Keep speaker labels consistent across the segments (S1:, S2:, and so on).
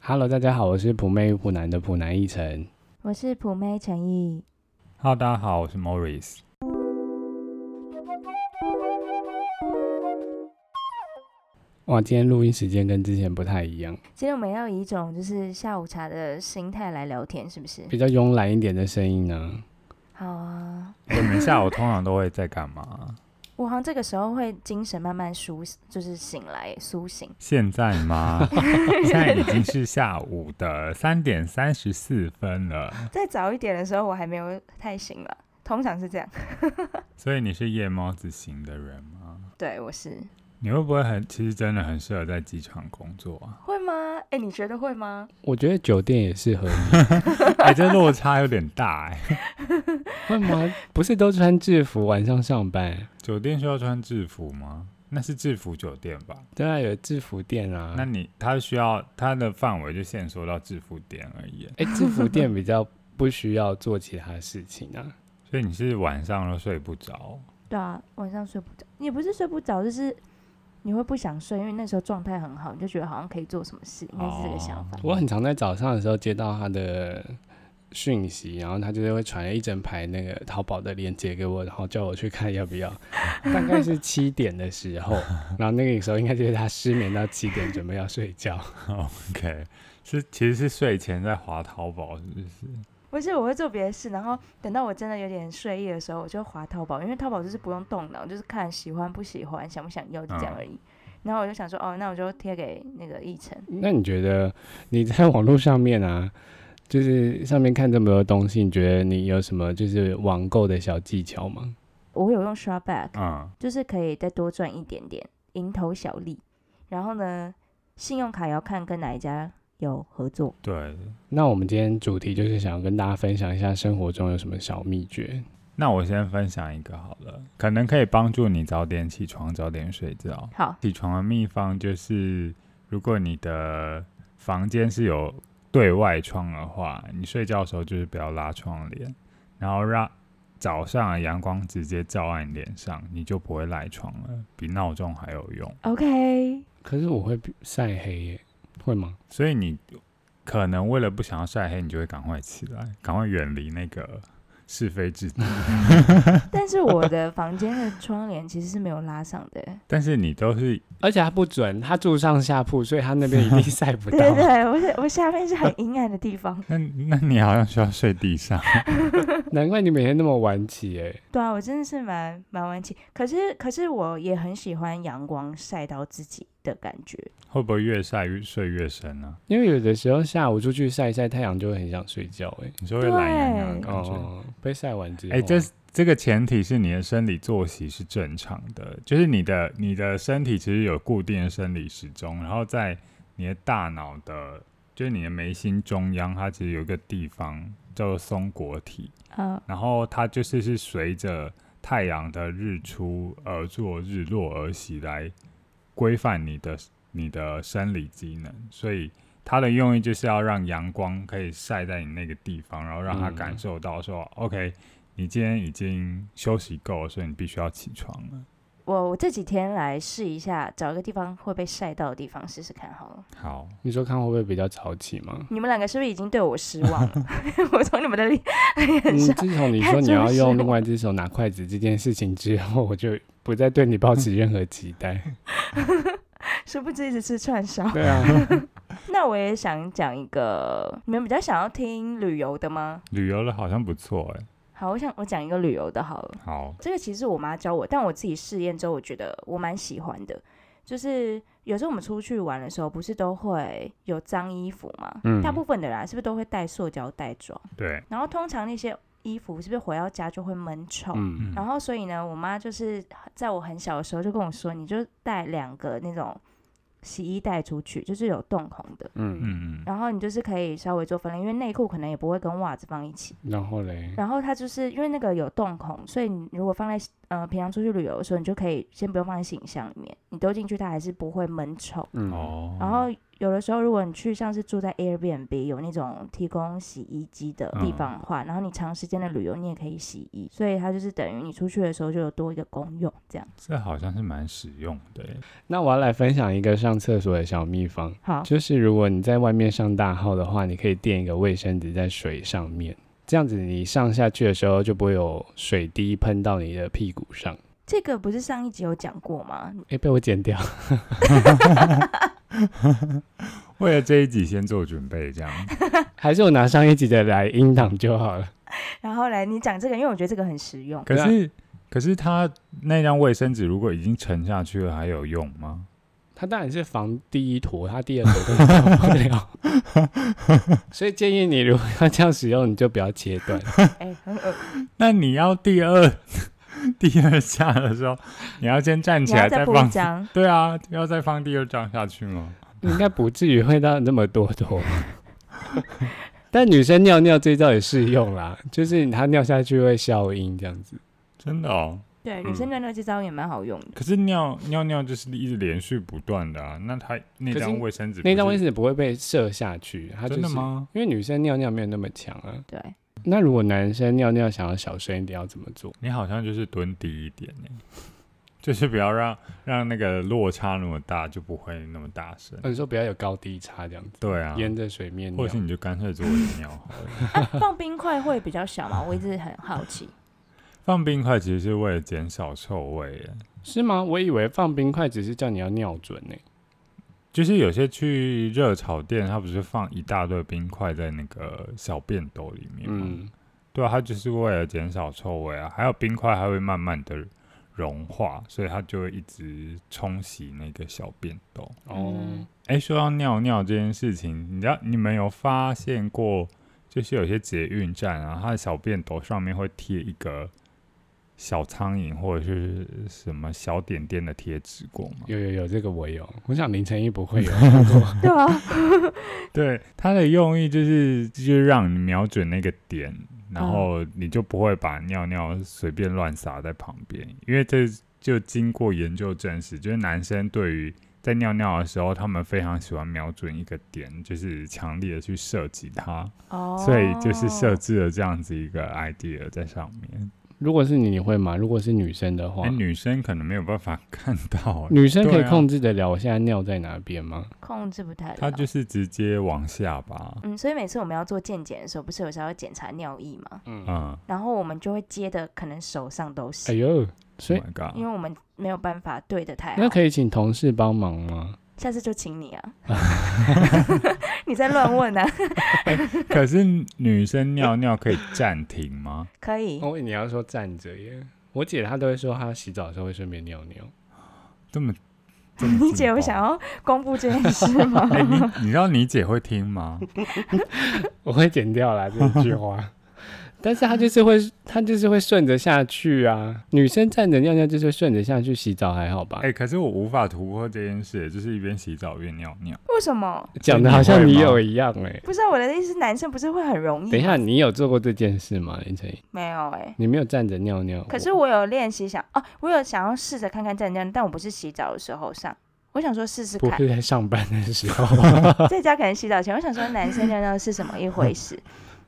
S1: Hello，大家好，我是普妹普南的普南一晨。
S2: 我是普妹陈毅。
S3: Hello，大家好，我是 Morris。
S1: 哇，今天录音时间跟之前不太一样，
S2: 今天我们要以一种就是下午茶的心态来聊天，是不是？
S1: 比较慵懒一点的声音呢。
S2: 好啊，
S3: 你们下午通常都会在干嘛？
S2: 我好像这个时候会精神慢慢苏，就是醒来苏醒。
S3: 现在 吗？现在已经是下午的三点三十四分了，
S2: 再早一点的时候，我还没有太醒了，通常是这样。
S3: 所以你是夜猫子型的人吗？
S2: 对，我是
S3: 你会不会很？其实真的很适合在机场工作 啊！
S2: 会吗？哎，你觉得会吗？
S1: 我觉得酒店也适合 你，
S3: 哎、这落差有点大哎、
S1: 会吗？不是都穿制服晚上上班？
S3: 酒店需要穿制服吗？那是制服酒店吧？
S1: 对啊，有制服店啊。
S3: 那你它需要它的范围就限缩到制服店而已欸，
S1: 哎、制服店比较不需要做其他事情啊。
S3: 所以你是晚上都睡不着。
S2: 对啊，晚上睡不着，也不是睡不着，就是你会不想睡，因为那时候状态很好，你就觉得好像可以做什么事，应该是
S3: 哦
S2: 这个想法。
S1: 我很常在早上的时候接到他的讯息，然后他就是会传一整排那个淘宝的链接给我，然后叫我去看要不要。 大概是七点的时候，然后那个时候应该就是他失眠到七点，准备要睡觉。
S3: OK，是其实是睡前在滑淘宝，是不是？
S2: 不是，我会做别的事，然后等到我真的有点睡意的时候，我就滑淘宝，因为淘宝就是不用动脑，就是看喜欢不喜欢，想不想要就这样
S3: 嗯
S2: 而已。然后我就想说，哦，那我就贴给那个奕晨。
S1: 那你觉得你在网络上面啊，就是上面看这么多东西，你觉得你有什么就是网购的小技巧吗？
S2: 我有用 s h o p b a c k
S3: 嗯，
S2: 就是可以再多赚一点点，蝇头小利。然后呢，信用卡也要看跟哪一家有合作。
S3: 对。
S1: 那我们今天主题就是想要跟大家分享一下生活中有什么小秘诀。
S3: 那我先分享一个好了，可能可以帮助你早点起床，早点睡觉。
S2: 好，
S3: 起床的秘方就是，如果你的房间是有对外窗的话，你睡觉的时候就是不要拉窗帘，然后让早上的阳光直接照在你脸上，你就不会赖床了，比闹钟还有用。
S2: OK，
S1: 可是我会比晒黑耶，会吗？
S3: 所以你可能为了不想要晒黑，你就会赶快起来，赶快远离那个是非之地。
S2: 但是我的房间的窗帘其实是没有拉上的，
S3: 但是你都是
S1: 而且他不准，他住上下铺，所以他那边一定晒不
S2: 对对
S1: 到。
S2: 对，我是我下面是很阴暗的地方。
S3: 那那你好像需要睡地上。
S1: 难怪你每天那么晚起哎。
S2: 对啊，我真的是蛮蛮晚起，可是可是我也很喜欢阳光晒到自己的感觉。
S3: 会不会越晒越睡越深啊呢、
S1: 因为有的时候下午出去晒一晒太阳，就会很想睡觉哎。
S3: 你说会懒洋洋的嗯啊感觉？
S1: 哦，被晒完之后，
S3: 哎、这是这个前提是你的生理作息是正常的，就是你的你的身体其实有固定的生理时钟，然后在你的大脑的，就是你的眉心中央，它其实有一个地方叫做松果体，
S2: 啊，
S3: 然后它就是是随着太阳的日出而作，日落而息来规范你的你的生理机能，所以它的用意就是要让阳光可以晒在你那个地方，然后让它
S1: 嗯
S3: 感受到说、o k 你今天已经休息够了，所以你必须要起床了。
S2: 我我这几天来试一下，找一个地方会被晒到的地方试试看好了。？
S3: 好，
S1: 你说看会不会比较早起吗
S2: 你们两个是不是已经对我失望了？ 我从你们的 哎脸
S1: 嗯
S2: 脸，上，
S1: 自从你说你要用另外一只手拿筷子这件事情之后，我就不再对你抱持任何期待。
S2: 殊不知一直吃串烧。
S1: 对啊，
S2: 那我也想讲一个，你们比较想要听旅游的吗？
S3: 旅游了好像不错哎、
S2: 好，我想我讲一个旅游的好了。
S3: 好，
S2: 这个其实是我妈教我，但我自己试验之后，我觉得我蛮喜欢的。就是有时候我们出去玩的时候，不是都会有脏衣服嘛？
S1: 嗯
S2: 大部分的人啊是不是都会带塑胶袋装？
S3: 对，
S2: 然后通常那些衣服是不是回到家就会闷臭？
S1: 嗯，
S2: 然后所以呢，我妈就是在我很小的时候就跟我说，你就带两个那种洗衣袋出去，就是有洞孔的，
S1: 嗯，
S3: 嗯嗯，
S2: 然后你就是可以稍微做分类，因为内裤可能也不会跟袜子放一起。
S1: 然后嘞，
S2: 然后它就是因为那个有洞孔，所以你如果放在呃平常出去旅游的时候，你就可以先不用放在行李箱里面，你丢进去它还是不会闷臭。
S1: 嗯，
S3: 哦，
S2: 然后有的时候，如果你去像是住在 Airbnb 有那种提供洗衣机的
S3: 嗯
S2: 地方的话，然后你长时间的旅游，你也可以洗衣，所以它就是等于你出去的时候就有多一个功用，这样。
S3: 这好像是蛮实用的欸耶。
S1: 那我要来分享一个上厕所的小秘方，
S2: 好，
S1: 就是如果你在外面上大号的话，你可以垫一个卫生纸在水上面，这样子你上下去的时候就不会有水滴喷到你的屁股上。
S2: 这个不是上一集有讲过吗？
S1: 诶，被我剪掉。
S3: 为了这一集先做准备，这样
S1: 还是我拿上一集的来音档就好了。
S2: 然后来你讲这个，因为我觉得这个很实 用。
S3: 可是，可是它那张卫生纸如果已经沉下去了，还有用吗？
S1: 它当然是防第一坨，它第二坨根本防不了。 所以建议你如果要这样使用，你就不要切断。
S2: 哎、很恶
S3: 那你要第二 第二下的时候，你要先站
S2: 你
S3: 起
S2: 要
S3: 来
S2: 再铺一
S3: 放。
S2: 张，
S3: 对啊，要再放第二张下去吗？
S1: 你应该不至于会到那么多坨。 但女生尿尿这招也适用啦，就是她尿下去会消音这样子。
S3: 真的哦。
S2: 对，女生
S3: 嗯
S2: 尿尿这招也蛮好用的。
S3: 可是尿尿尿就是一直连续不断的啊，那它那
S1: 可是
S3: 张卫生纸不是，
S1: 那张卫生纸不会被射下去，它就是
S3: 真的吗？
S1: 因为女生尿尿没有那么强啊。
S2: 对，
S1: 那如果男生尿尿想要小声一点，要怎么做？
S3: 你好像就是蹲低一点呢， 就是不要让让那个落差那么大，就不会那么大声。
S1: 呃你说不要有高低差这样子，
S3: 对啊，
S1: 沿着水面
S3: 或
S1: 尿
S3: 者。是你就干脆坐着尿好了。
S2: 哎放冰块会比较小嘛，我一直很好奇。
S3: 放冰块其实是为了减少臭味耶，
S1: 是吗？我以为放冰块只是叫你要尿准呢、
S3: 就是有些去热炒店，它不是放一大堆冰块在那个小便斗里面吗？
S1: 嗯，
S3: 对啊，它就是为了减少臭味啊。还有冰块还会慢慢的融化，所以它就会一直冲洗那个小便斗。
S1: 哦，
S2: 嗯
S3: 哎，说到尿尿这件事情，你知道你们有发现过，就是有些捷运站啊，它的小便斗上面会贴一个小苍蝇或者是什么小点点的贴纸过吗？
S1: 有有有，这个我有。我想凌晨一不会有，
S2: 对啊，
S3: 对，它的用意就是就是让你瞄准那个点，然
S2: 嗯
S3: 后你就不会把尿尿随便乱撒在旁边，因为这就经过研究证实，就是男生对于在尿尿的时候，他们非常喜欢瞄准一个点，就是强烈的去射击它，
S2: 哦，
S3: 所以就是设置了这样子一个 idea 在上面。
S1: 如果是你，你会吗？如果是女生的话，
S3: 哎、女生可能没有办法 看到，
S1: 女生可以
S3: 对啊
S1: 控制得了我现在尿在哪边吗？
S2: 控制不太了。
S3: 她就是直接往下吧，
S2: 嗯，所以每次我们要做健检的时候，不是有时候要检查尿液嘛，
S3: 嗯
S2: 然后我们就会接的可能手上都
S1: 哎
S2: 是，
S1: 呦，所
S3: ，Oh
S1: 以
S3: my god，
S2: 因为我们没有办法对的太
S1: 那
S2: 好。
S1: 可以请同事帮忙吗？
S2: 下次就请你啊， 你在乱问啊？
S3: 可是女生尿尿可以暂停吗？
S2: 可以，
S1: 哦，你要说站着耶，我姐她都会说她洗澡的时候会顺便尿尿。
S3: 这么，这 么
S2: 你姐有
S3: 劲爆
S2: 想要公布这件事吗？
S3: 哎、你你知道你姐会 听吗？
S1: 我会剪掉啦这一句话。 但是他就是会，他就是会顺着下去啊。女生站着尿尿就是会顺着下去，洗澡还好吧
S3: 哎、？可是我无法突破这件事，就是一边洗澡一边尿 尿。
S2: 为什么？
S1: 讲的好像
S3: 你
S1: 你
S3: 会吗
S1: 有一样哎、
S2: 不是啊我的意思，男生不是会很容易？
S1: 等一下，，你有做过这件事吗，林晨？
S2: 没有哎、
S1: 你没有站着尿尿过？
S2: 可是我有练习想哦，我有想要试着看看站这样，但我不是洗澡的时候上，我想说试试
S1: 不
S2: 看，
S1: 是在上班的时候，
S2: 在家可能洗澡前，我想说男生尿尿是什么一回事，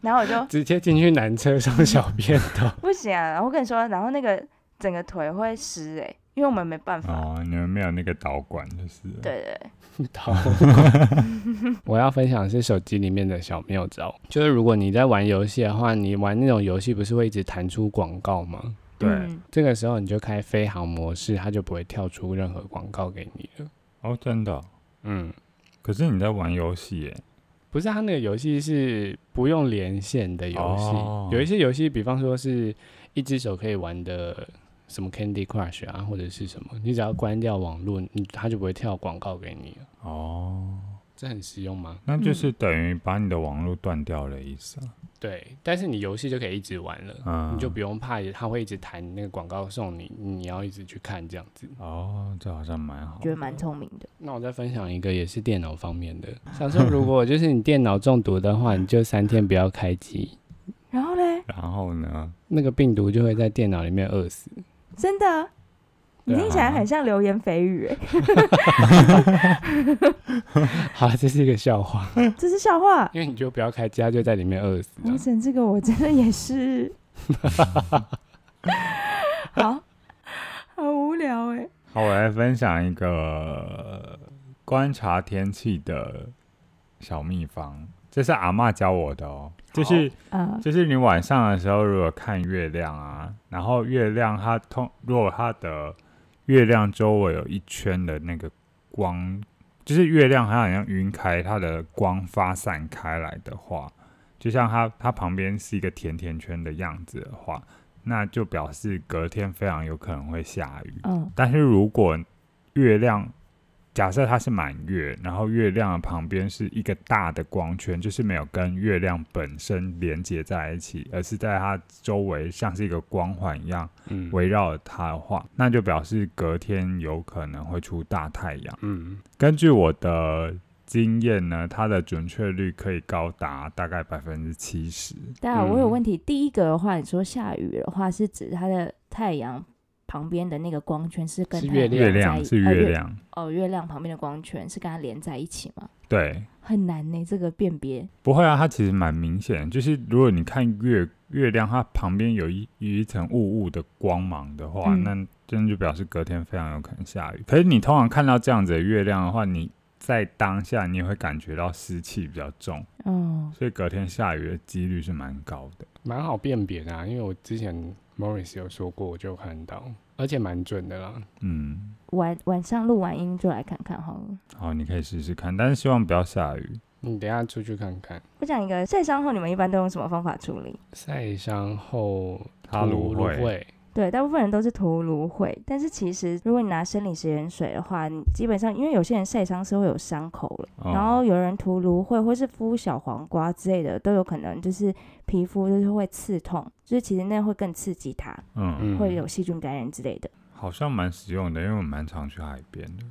S2: 然后 我就
S1: 直接进去男车上小便斗。
S2: 不行啊，然后我跟你说，然后那个整个腿会湿哎、因为我们没办法，
S3: 哦，你们没有那个导管，就是了。
S2: 对对对，
S1: 好，我要分享的是手机里面的小妙招，就是如果你在玩游戏的话，你玩那种游戏不是会一直弹出广告吗？
S3: 对
S2: 嗯
S1: 这个时候你就开飞行模式，它就不会跳出任何广告给你了。
S3: 哦，真的哦。
S1: 嗯，
S3: 可是你在玩游戏耶，
S1: 不是，它那个游戏是不用连线的游戏，
S3: 哦
S1: 有一些游戏，比方说是一只手可以玩的什么 Candy Crush 啊，或者是什么，你只要关掉网络，你它就不会跳广告给你了。
S3: 哦，
S1: 这很实用吗？
S3: 那
S2: 嗯
S3: 就是等于把你的网络断掉的意思啊。
S1: 对，但是你游戏就可以一直玩了，
S3: 嗯，
S1: 你就不用怕它会一直弹那个广告送你，你要一直去看这样子。
S3: 哦，这好像蛮好
S2: 觉。得蛮聪明的，
S1: 那我再分享一个也是电脑方面的，想说如果就是你电脑中毒的话，你就三天不要开机，
S2: 然后嘞，
S3: 然后呢？
S1: 那个病毒就会在电脑里面饿死。
S2: 真的啊你
S1: 对啊
S2: 听起来很像流言蜚语、欸，
S1: 好了，这是一个笑话，
S2: 这是 笑话。
S1: 因为你就不要开家，就在里面饿死这
S2: 红
S1: 样。
S2: 尘这个我真的也是， 好好无聊哎、
S3: 好，我来分享一个观察天气的小秘方，这是阿嬷教我的哦。就是
S2: 啊、
S3: 就是你晚上的时候，如果看月亮啊，然后月亮它通，如果它的月亮周围有一圈的那个光，就是月亮它好像晕开，它的光发散开来的话，就像它它旁边是一个甜甜圈的样子的话，那就表示隔天非常有可能会下雨。
S2: 嗯，
S3: 但是如果月亮假设它是满月，然后月亮的旁边是一个大的光圈，就是没有跟月亮本身连接在一起，而是在它周围像是一个光环一样
S1: 嗯
S3: 围绕着它的话，那就表示隔天有可能会出大太阳。
S1: 嗯，
S3: 根据我的经验呢，它的准确率可以高达大概百分之七十。
S2: 当然我有
S1: 嗯
S2: 问题。第一个的话，你说下雨的话，是指它的太阳旁边的那个光圈是跟
S1: 是
S2: 它
S1: 月亮
S3: 月
S2: 在
S3: 亮
S2: 一
S3: 是
S2: 呃
S3: 月亮，
S2: 哦，月亮旁边的光圈是跟它连在一起吗？
S3: 对，
S2: 很难呢、这个辨别。
S3: 不会啊，它其实蛮明显的，就是如果你看月月亮，它旁边有一有一层雾雾的光芒的话，
S2: 嗯
S3: 那真的就表示隔天非常有可能下雨。可是你通常看到这样子的月亮的话，你在当下你也会感觉到湿气比较重，
S1: 嗯
S2: 哦，
S3: 所以隔天下雨的几率是蛮高的。
S1: 蛮好辨别的、啊，因为我之前 Morris 有说过，我就有看到，而且蛮准的啦。
S3: 嗯，
S2: 晚晚上录完音就来看看好了。
S3: 好，你可以试试看，但是希望不要下雨。
S1: 你等一下出去看看。
S2: 我讲一个晒伤后，你们一般都用什么方法处理？
S1: 晒伤后
S3: 它
S1: 涂
S3: 芦
S1: 芦
S3: 荟，
S1: 荟，
S2: 对，大部分人都是涂芦荟，但是其实如果你拿生理食盐水的话，你基本上因为有些人晒伤是会有伤口了，
S3: 哦
S2: 然后有人涂芦荟或是敷小黄瓜之类的，都有可能就是皮肤就是会刺痛，就是其实那会更刺激它，
S3: 嗯，
S1: 嗯，
S2: 会有细菌感染之类的。
S3: 好像蛮实用的，因为我蛮常去海边的。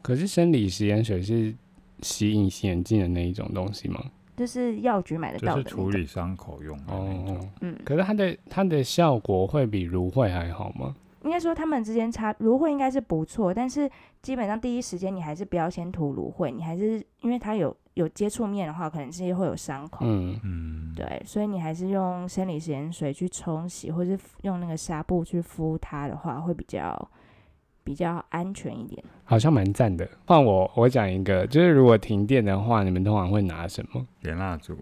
S1: 可是生理食盐水是洗隐形眼镜的那一种东西吗？
S2: 就是药局买得
S3: 就
S2: 到的
S3: 是
S2: 那
S3: 处
S2: 种
S3: 理伤口用的那种，
S1: 哦，
S2: 嗯，
S1: 可是它的它的效果会比芦荟还好吗？
S2: 应该说他们之间差芦荟应该是不错，但是基本上第一时间你还是不要先涂芦荟，你还是因为它有有接触面的话，可能是会有伤口。
S1: 嗯，
S3: 嗯，
S2: 对，所以你还是用生理盐水去冲洗，或是用那个纱布去敷它的话，会比较比较安全一点。
S1: 好像蛮赞的。换我，我讲一个，就是如果停电的话，你们通常会拿什么？
S3: 点蜡烛。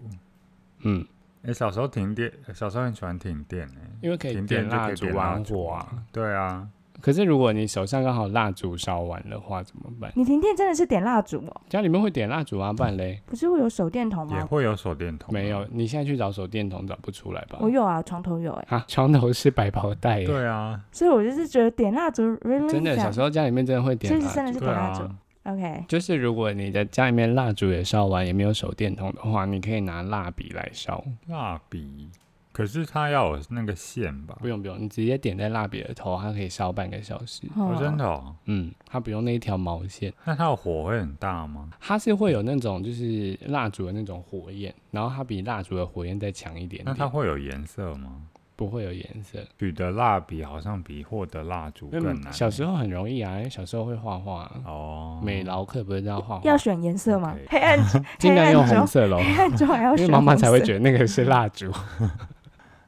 S1: 嗯，
S3: 哎、小时候停电，小时候很喜欢停电哎、
S1: 因为可以
S3: 停电
S1: 点
S3: 就可
S1: 蜡
S3: 以
S1: 烛
S3: 点蜡
S1: 玩
S3: 烛
S1: 火啊。
S3: 对啊，
S1: 可是如果你手上刚好蜡烛烧完的话，怎么办？
S2: 你停电真的是点蜡烛哦？
S1: 家里面会点蜡烛啊，不然 嘞？
S2: 不是会有手电筒
S3: 也
S2: 吗？
S3: 会有啊手电筒。
S1: 没有，。你现在去找手电筒找不出来吧？
S2: 我有啊，床头有哎、
S1: 啊，床头是百宝袋耶。
S3: 对啊，
S2: 所以我就是觉得点蜡烛 really
S1: 真的，
S2: 这
S1: 小
S2: 样
S1: 时候家里面真的会点
S2: 就是真
S1: 蜡
S2: 的是
S1: 烛。
S3: 对
S2: 点蜡烛。
S3: 啊，
S2: OK，
S1: 就是如果你的家里面蜡烛也烧完，也没有手电筒的话，你可以拿蜡笔来烧。
S3: 蜡笔。可是它要有那个线吧
S1: 不？用不用，你直接点在蜡笔的头，它可以烧半个小时。
S3: 哦，
S2: 哦
S3: 真的哦。
S1: 嗯，它不用那一条毛线，
S3: 那它的火会很大吗？
S1: 它是会有那种就是蜡烛的那种火焰，然后它比蜡烛的火焰再强一点
S3: 那它
S1: 点，
S3: 会有颜色吗？
S1: 不会有颜色。
S3: 取得蜡笔好像比获得蜡烛
S1: 因
S3: 更
S1: 为
S3: 难欸。
S1: 嗯小时候很容易啊，因为小时候会画画啊，
S3: 哦，
S1: 美劳课不是要画
S2: 要
S1: 画，
S2: 选颜色吗
S3: OK
S2: 黑暗
S1: 尽量用红 色喽，
S2: 黑暗中还要
S1: 因为
S2: 选红色，
S1: 妈妈才会觉得那个是蜡 烛。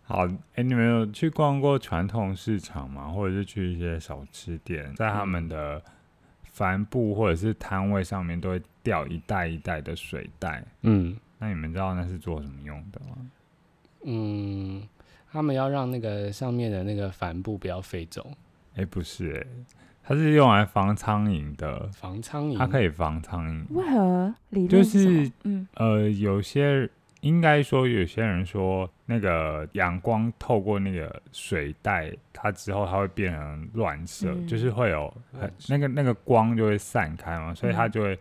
S3: 好，哎、你们有去逛过传统市场吗？或者是去一些小吃店，在他们的帆布或者是摊位上面都会吊一袋一袋的水袋。
S1: 嗯
S3: 那你们知道那是做什么用的吗？
S1: 嗯，他们要让那个上面的那个帆布不要飞走，
S3: 哎、不是、诶它是用来防苍蝇的，
S1: 防苍蝇。
S3: 它可以防苍蝇。
S2: 为何理论
S3: 就是
S2: 什么
S3: 是
S2: 嗯
S3: 呃，有些应该说有些人说，那个阳光透过那个水袋，它之后它会变成乱射，
S2: 嗯
S3: 就是会有很
S1: 乱射
S3: 那个那个光就会散开嘛，所以它
S2: 嗯
S3: 就会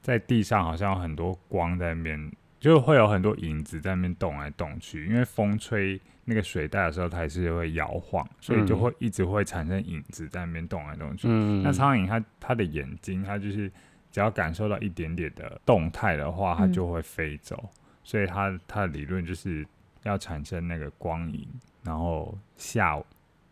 S3: 在地上好像有很多光在那边，就会有很多影子在那边动来动去，因为风吹那个水袋的时候，它也是会摇晃，所以就
S1: 嗯
S3: 会一直会产生影子在那边动来动去。
S1: 嗯，
S3: 那苍蝇它它的眼睛，它就是只要感受到一点点的动态的话，它
S2: 嗯
S3: 就会飞走。所以它它的理论就是要产生那个光影，然后吓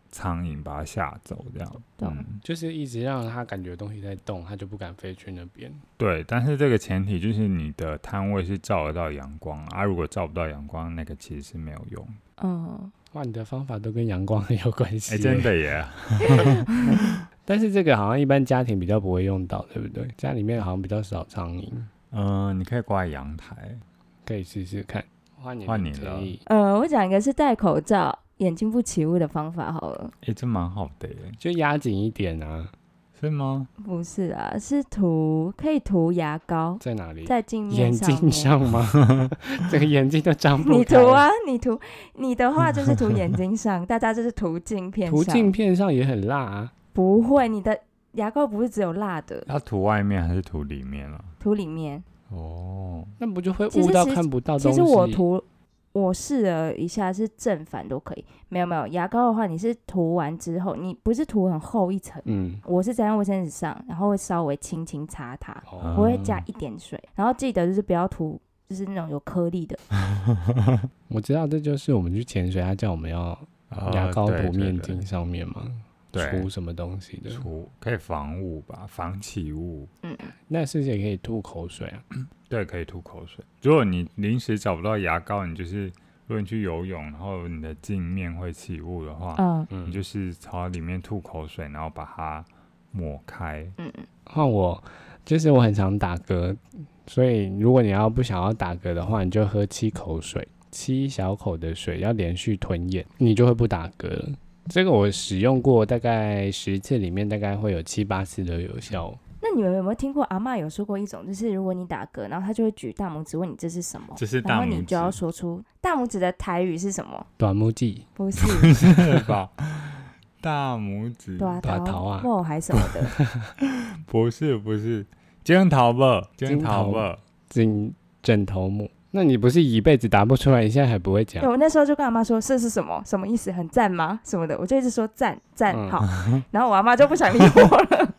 S3: 苍蝇把它吓走，这样。
S2: 懂
S3: 嗯，
S1: 就是一直让它感觉东西在动，它就不敢飞去那边。
S3: 对，但是这个前提就是你的摊位是照得到阳光啊，如果照不到阳光，那个其实是没有用。
S2: 嗯，
S1: 哇，你的方法都跟阳光 很有关系、
S3: 哎、真。的耶，
S1: 但是这个好像一般家庭比较不会用到，对不对？家里面好像比较少苍蝇，
S3: 嗯、你可以挂在阳台，
S1: 可以试试看。换你，
S3: 换你了
S1: 建议。
S2: 呃，我讲一个是戴口罩眼睛不起雾的方法好了，
S3: 哎、这蛮好的耶，
S1: 就压紧一点啊，
S3: 是吗？
S2: 不是啊，是涂可以涂牙膏
S1: 在哪里？
S2: 在镜
S1: 眼
S2: 面上
S1: 睛
S2: 面
S1: 上吗？ 这个眼睛都张不开。
S2: 你涂啊，你涂，你的话就是涂眼睛上，大家就是涂镜片上。
S1: 涂镜片上也很辣啊，
S2: 不会，你的牙膏不是只有辣的，
S3: 要涂外面还是涂里面啊？
S2: 涂里面。
S3: 哦，
S1: 那不就会
S2: 其实
S1: 雾到
S2: 其实
S1: 看不到东
S2: 其
S1: 西？
S2: 实我涂，我试了一下，是正反都可以。没有没有，牙膏的话，你是涂完之后，你不是涂很厚一层，
S1: 嗯，
S2: 我是沾在卫生纸上，然后会稍微轻轻擦它，
S1: 哦
S2: 我会
S3: 啊
S2: 加
S3: 嗯
S2: 一点水，然后记得就是不要涂。就是那种有颗粒的，
S1: 我知道，这就是我们去潜水，他叫我们要
S3: 啊
S1: 牙
S3: 呃
S1: 膏涂面巾上面嘛，
S3: 对，对
S1: 涂什么东西的
S3: 对，除可以防雾吧，防起雾。
S1: 那是不是也可以吐口水啊？
S3: 对，可以吐口水。如果你临时找不到牙膏，你就是如果你去游泳，然后你的镜面会起雾的话，
S2: 嗯
S1: 嗯
S3: 你就是朝里面吐口水，然后把它抹开。
S2: 嗯嗯，
S1: 换我，就是我很常打嗝，所以如果你要不想要打嗝的话，你就喝七口水，七小口的水要连续吞咽，你就会不打嗝了。这个我使用过，大概十次里面大概会有七八次都有效。
S2: 那你们有没有听过阿嬷有说过一种，就是如果你打嗝，然后她就会举大拇指问你这是什么，
S3: 这是
S2: 然
S3: 大
S2: 后你
S3: 拇
S2: 就要
S3: 指
S2: 说出大拇指的台语是什么？
S1: 短木剂
S2: 不是
S3: 对吧？大拇指
S2: 对啊，
S1: 大头啊
S2: 木偶还什么的，
S3: 不是不是，尖桃吧，尖
S1: 尖
S3: 桃
S1: 头
S3: 吧，
S1: 枕枕头木，那你不是一辈子答不出来，你现在还不会讲
S2: 对？我那时候就跟阿妈说这是什么，什么意思，很赞吗？什么的，我就一直说赞赞
S1: 嗯
S2: 好， 然后我阿妈就不想理我了。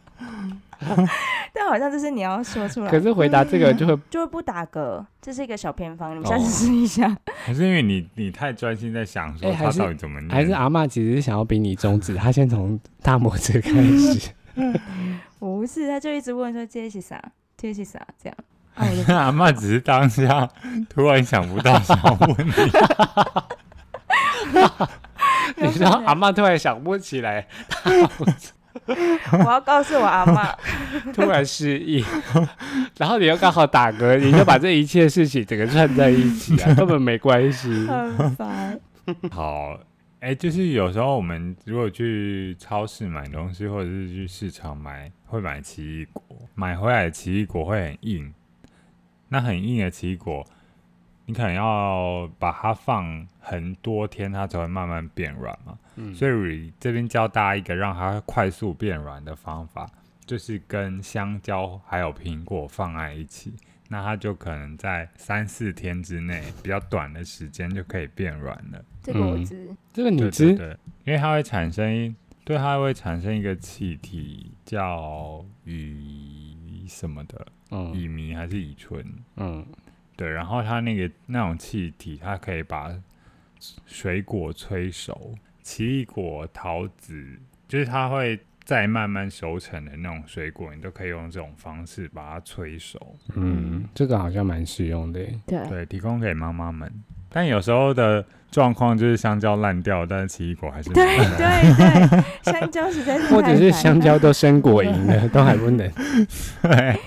S2: 但好像就是你要说出来
S1: 可，是回答这个就会
S2: 就会不打嗝，这是一个小偏方，你
S1: 哦
S2: 们下次试一下。
S3: 还是因为你你太专心在想说
S1: 哎还
S3: 它
S1: 是
S3: 到底怎么念，
S1: 还是阿嬷其实是想要比你中指，她先从大拇指开始。
S2: 不是，他就一直问说这是啥，这是啥这样。啊，我就
S3: 阿妈只是当下突然想不到，想要问你，
S1: 你知道阿嬷突然想不起来，
S2: 我要告诉我阿 妈，
S1: 突然失忆，然后你又刚好打嗝，你就把这一切事情整个串在一起 啊，根本没关系。
S2: 很烦。
S3: 好，哎、就是有时候我们如果去超市买东西，或者是去市场买，会买奇异果，买回来的奇异果会很硬，那很硬的奇异果，你可能要把它放很多天，它才会慢慢变软嘛。
S1: 嗯
S3: 所以这边教大家一个让它快速变软的方法，就是跟香蕉还有苹果放在一起，那它就可能在三四天之内，比较短的时间就可以变软了。
S2: 这个我
S1: 嗯
S2: 知，
S1: 这个你
S3: 对
S1: 知
S3: 对对，因为它会产生一，对，它会产生一个气体叫乙什么的，
S1: 嗯
S3: 乙醚还是乙醇？
S1: 嗯，
S3: 对，然后它那个那种气体，它可以把水果催熟，奇异果、桃子，就是它会再慢慢熟成的那种水果，你都可以用这种方式把它催熟。
S1: 嗯，这个好像蛮实用的耶。
S2: 对，
S3: 对，提供给妈妈们。但有时候的状况就是香蕉烂掉，但是奇异果还是没
S2: 对
S3: 有
S2: 对对，香蕉实在是
S1: 或者
S2: 太
S1: 是
S2: 烦
S1: 香
S2: 了。
S1: 蕉都生果蝇 了，都还不能。
S3: 对。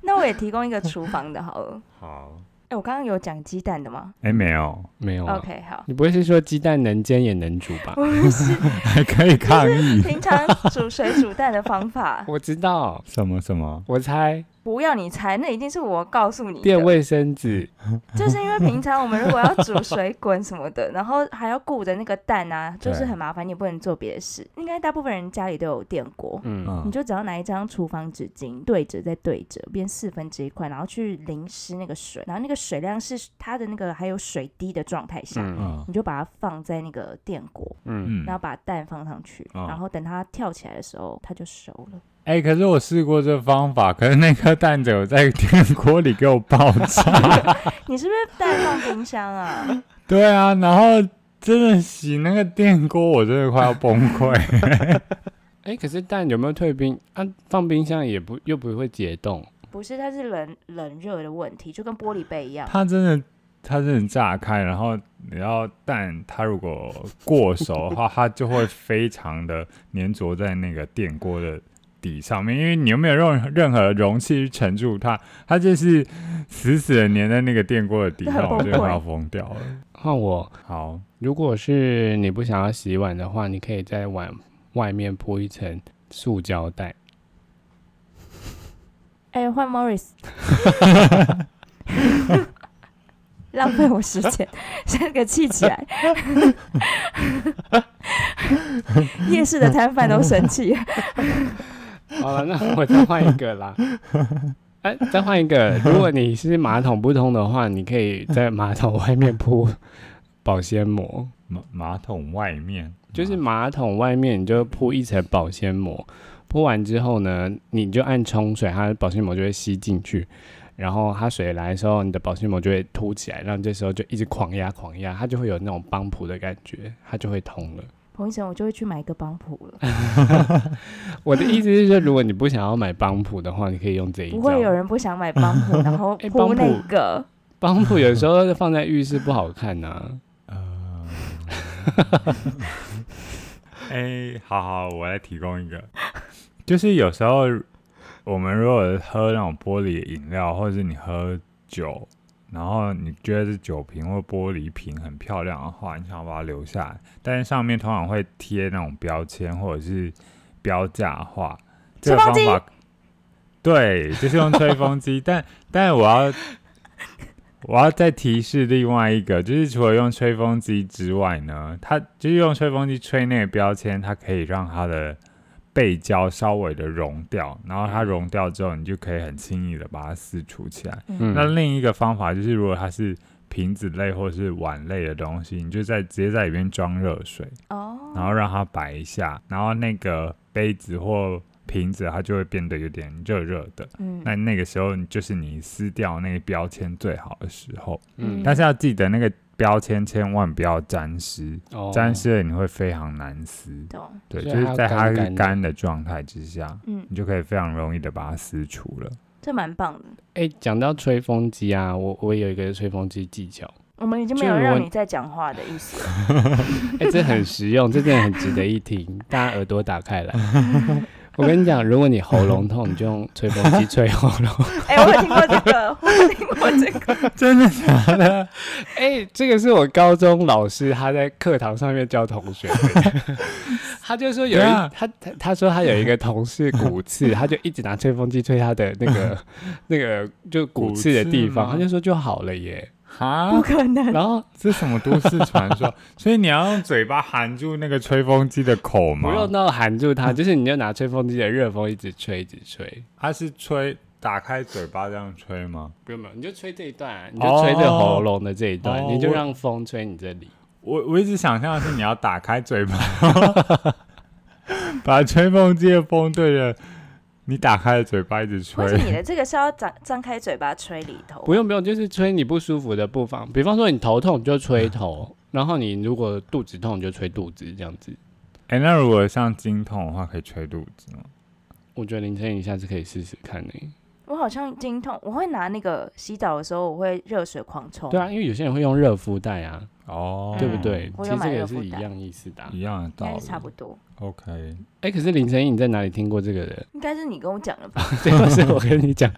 S2: 那我也提供一个厨房的好了。
S3: 好，
S2: 哎、我刚刚有讲鸡蛋的吗、
S3: 哎、没有，
S1: 没有啊
S2: o k 好，
S1: 你不会是说鸡蛋能煎也能煮吧？。
S2: 我们是
S3: 还可以抗 议
S2: 平常煮水煮蛋的方法
S1: 我知道，
S3: 什么什么？
S1: 我猜
S2: 不要你猜，那一定是我告诉你
S1: 垫
S2: 的。
S1: 卫生纸。
S2: 就是因为平常我们如果要煮水滚什么的，然后还要顾着那个蛋啊，就是
S3: 对
S2: 很麻烦，你也不能做别的事。应该大部分人家里都有电锅。
S1: 嗯，
S2: 你
S3: 嗯，
S2: 就只要拿一张厨房纸巾对折再对折，变四分之一块，然后去淋湿那个水，然后那个水量是它的那个还有水滴的状态下，
S1: 嗯
S3: 嗯
S2: 你就把它放在那个电锅，
S1: 嗯，
S3: 嗯
S2: 然后把蛋放上去，
S3: 哦
S2: 然后等它跳起来的时候，它就熟了。
S3: 哎、可是我试过这方法，可是那颗蛋只有在电锅里 给我爆炸。
S2: 你是不是蛋放冰箱啊？
S3: 对啊，然后真的洗那个电锅，我真的快要崩溃。
S1: 哎、可是蛋有没有退冰啊？放冰箱也不又不会解冻，
S2: 不是，它是冷冷热的问题，就跟玻璃杯一样。
S3: 它真的，它真的炸开，然后你要蛋，它如果过熟的话，它就会非常的粘着在那个电锅的底上面，因为你又没有用任何容器去盛住它，它就是死死的粘在那个电锅的底上，
S2: 很崩
S3: 我
S2: 溃
S3: 就快要疯掉了。
S1: 换我。
S3: 好，
S1: 如果是你不想要洗碗的话，你可以在碗外面铺一层塑胶袋。
S2: 哎、换 Morris，浪费我时间，先给气起来。 夜市的摊贩都生气，
S1: 好了，那我再换一个啦。哎、再换一个。如果你是马桶不通的话，你可以在马桶外面铺保鲜膜，
S3: 马马桶外面
S1: 就是马桶外面你就铺一层保鲜膜。铺完之后呢，你就按冲水，它的保鲜膜就会吸进去。然后它水来的时候，你的保鲜膜就会凸起来，然后这时候就一直狂压狂压，它就会有那种帮浦的感觉，它就会通了。
S2: 彭医生，我就会去买一个帮谱
S1: 哎
S2: 了。
S1: 我的意思是说，如果你不想要买帮浦的话，你可以用这一招。
S2: 不会有人不想买帮谱，然后
S1: 哎帮
S2: 铺那
S1: 谱
S2: 个。
S1: 帮浦有时候放在浴室不好看啊呐、
S3: 呃，哎、好好，我来提供一个，就是有时候我们如果喝那种玻璃饮料，或者是你喝酒，然后你觉得这酒瓶或玻璃瓶很漂亮的话，你想把它留下来，但是上面通常会贴那种标签或者是标价的话，这个
S2: 吹
S3: 方
S2: 风机
S3: 法对，就是用吹风机，但但我要我要再提示另外一个，就是除了用吹风机之外呢，它就是用吹风机吹那个标签，它可以让它的背胶稍微的溶掉，然后它溶掉之后，你就可以很轻易的把它撕除起来。
S1: 嗯
S3: 那另一个方法就是，如果它是瓶子类或是碗类的东西，你就在直接在里面装热水，
S2: 哦，
S3: 然后让它摆一下，然后那个杯子或瓶子它就会变得有点热热的。
S2: 嗯，
S3: 那那个时候就是你撕掉那个标签最好的时候，
S1: 嗯，
S3: 但是要记得那个标签千万不要沾湿，
S1: 哦
S3: 沾湿了你会非常难撕。
S2: 懂，
S3: 对，就
S1: 所以它
S3: 是
S1: 要
S3: 在它
S1: 干干
S3: 是
S1: 的
S3: 干的状态之下，
S2: 嗯，
S3: 你就可以非常容易的把它撕除 了。
S2: 这蛮棒的。
S1: 哎，讲到吹风机啊，我我有一个吹风机技巧，
S2: 我们已经没有
S1: 就是我
S2: 让你再讲话的意思了。
S1: 哎，这很实用，这真的很值得一听，大家耳朵打开来。我跟你讲，如果你喉咙痛，你就用吹风机吹喉咙。
S2: 哎、我有听过这个，我有听过这个。
S3: 真的假的？
S1: 哎，这个是我高中老师他在课堂上面教同学的， 他就说有一
S3: 对啊
S1: 他他他说他有一个同事骨刺，他就一直拿吹风机吹他的那 个那个就骨
S3: 骨
S1: 刺的
S3: 刺
S1: 地方，
S3: 吗
S1: 他就说就好了耶。
S3: 哈
S2: 不，可能，
S1: 然后
S3: 这什么都市传说？ 所以你要用嘴巴含住那个吹风机的口吗
S1: 不？用到含住它，就是你就拿吹风机的热风一直吹，一直吹。
S3: 它是吹打开嘴巴这样吹吗？
S1: 不用不用，你就吹这一段啊，你就吹这喉咙的这一段，
S3: 哦
S1: 你就
S3: 我
S1: 让风吹你这里。
S3: 我我一直想象的是你要打开嘴巴， 然后把吹风机的风对着你打开的嘴巴一直
S2: 或是
S3: 吹。
S2: 你的这个是要张张开嘴巴吹里头？
S1: 不用不用，就是吹你不舒服的部分，比方说你头痛你就吹头，然后你如果肚子痛你就吹肚子这样子。
S3: 哎、那如果像经痛的话，可以吹肚子吗？
S1: 我觉得林晨，你下次可以试试看呢、
S2: 我好像经痛，我会拿那个洗澡的时候，我会热水狂冲。
S1: 对啊，因为有些人会用热敷袋啊，
S3: 哦
S1: 对不对？
S2: 嗯我
S1: 其
S2: 有
S1: 实
S2: 买
S1: 这个也
S2: 热敷
S1: 是一
S2: 袋
S1: 样意思的啊、
S3: 一样的
S2: 应
S3: 道
S2: 该
S3: 理。
S2: 是差不多，
S3: OK，
S1: 哎、可是林晨，你在哪里听过这个的？
S2: 应该是你跟我讲的吧？
S1: 这个是我跟你讲，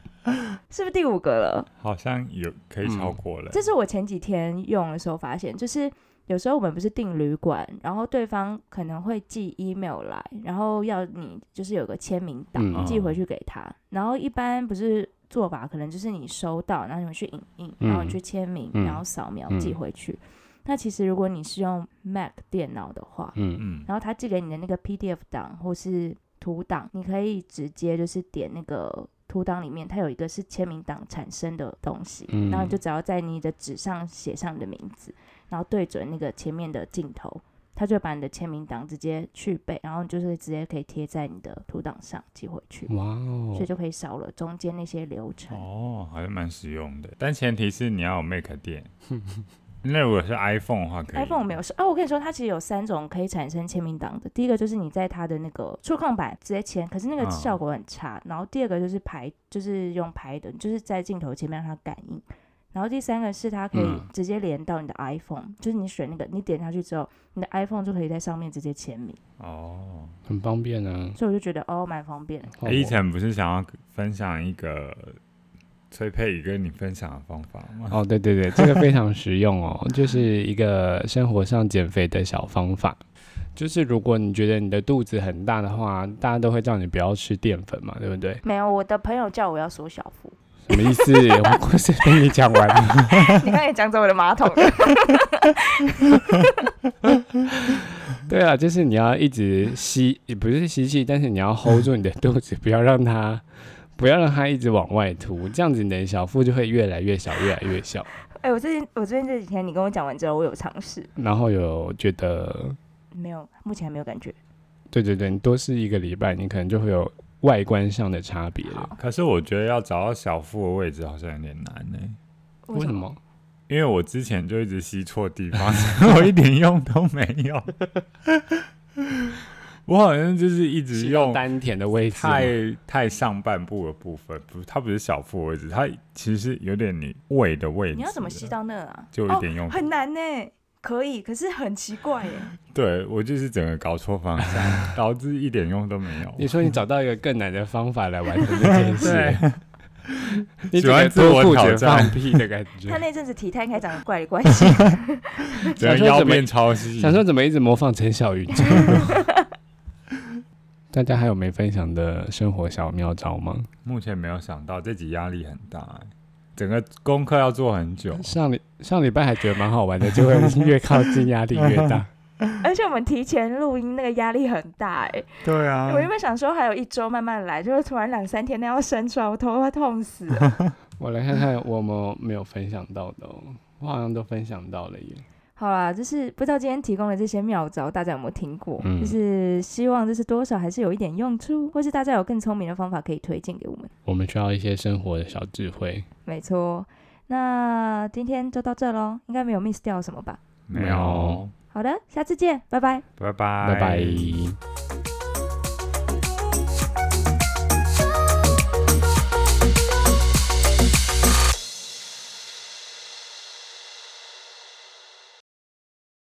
S2: 是不是第五个了？
S3: 好像有可以超过了。
S2: 这是我前几天用的时候发现，就是有时候我们不是订旅馆，然后对方可能会寄 email 来，然后要你就是有个签名档、
S1: 嗯
S2: 寄回去给他，然后一般不是。做法可能就是你收到，然后你们去影印，然后你去签名，
S1: 嗯
S2: 然后扫描
S1: 嗯
S2: 寄回去。那其实如果你是用 Mac 电脑的话，
S1: 嗯
S3: 嗯，
S2: 然后他寄给你的那个 PDF 档或是图档，你可以直接就是点那个图档里面，它有一个是签名档产生的东西，
S1: 嗯
S2: 然后你就只要在你的纸上写上你的名字，然后对准那个前面的镜头，它就会把你的签名档直接去背，然后你就是直接可以贴在你的图档上寄回去，
S1: 哇哦
S2: 所以，就可以少了中间那些流程。
S3: 哦 哦，好像蛮实用的，但前提是你要有 Make 店。那如果是 iPhone 的话，可以
S2: iPhone 我没有试哦，我跟你说，它其实有三种可以产生签名档的。第一个就是你在它的那个触控板直接签，可是那个
S3: 嗯
S2: 效果很差。然后第二个就是拍，就是用拍的，就是在镜头前面让它感应。然后第三个是它可以
S1: 嗯
S2: 直接连到你的 iPhone，、就是你选那个，你点下去之后，你的 iPhone 就可以在上面直接签名。
S3: 哦。
S1: 很方便啊。
S2: 所以我就觉得哦，蛮方便的。
S1: 哦
S3: 哎一晨不是想要分享一个崔佩宇跟你分享的方法吗？
S1: 哦，对对对，这个非常实用哦，就是一个生活上减肥的小方法。就是如果你觉得你的肚子很大的话，大家都会叫你不要吃淀粉嘛，对不对？
S2: 没有，我的朋友叫我要缩小腹，
S1: 什么意思？我故事被你讲完了。
S2: 你看你讲走我的马桶 了。
S1: 对啊，就是你要一直吸，也不是吸气，但是你要 hold 住你的肚子，不要让它，不要让它一直往外凸，这样子你的小腹就会越来越小，越来越小。
S2: 哎、我最近我最近这几天你跟我讲完之后，我有尝试，
S1: 然后有觉得
S2: 没有，目前还没有感觉。
S1: 对对对，你多试一个礼拜，你可能就会有外观上的差别了。
S3: 可是我觉得要找到小腹的位置好像有点难呢、
S1: 为什？么？
S3: 因为我之前就一直吸错地方，所以我一点用都没有。 我好像就是一直
S1: 是
S3: 用
S1: 丹田的位置吗。
S3: 太太上半部的部分，不是它不是小腹的位置，它其实是有点你胃的位置。
S2: 你要怎么吸？到那啊？
S3: 就有一点用
S2: 哦、很难呢、可以，可是很奇怪耶。
S3: 对我就是整个搞错方向， 导致一点用都没有。
S1: 你说你找到一个更难的方法来完成这件事，
S3: 对，
S1: 你
S3: 喜欢
S1: 整个
S3: 自我
S1: 脱裤
S3: 挑
S1: 子
S3: 战
S1: 放屁的感
S2: 他
S1: 觉。
S2: 那阵子体态应该长得怪里怪 气，
S3: 整个腰变超细。
S1: 想说怎么一直模仿陈小 云？ 大家还有没分享的生活小妙招吗？
S3: 目前没有想到，这集压力很大、欸，整个功课要做很久。
S1: 上礼上礼拜还觉得蛮好玩的， 就会越靠近压力越大。
S2: 而且我们提前录音，那个压力很大哎、
S3: 对啊
S2: 我原本想说还有一周慢慢来，就是突然两三天那要生出来，我头快痛死 了。
S1: 我来看看我有没有没有分享到的、哦，我好像都分享到了耶。
S2: 好啦，就是不知道今天提供的这些妙招，大家有没有听过？
S1: 嗯
S2: 就是希望就是多少还是有一点用处，或是大家有更聪明的方法可以推荐给我们。
S1: 我们需要一些生活的小智慧。
S2: 没错，那今天就到这喽，应该没有 miss 掉什么吧？
S3: 没
S1: 没有
S3: 有，
S2: 好的，下次见，拜拜。
S3: 拜拜，
S1: 拜拜。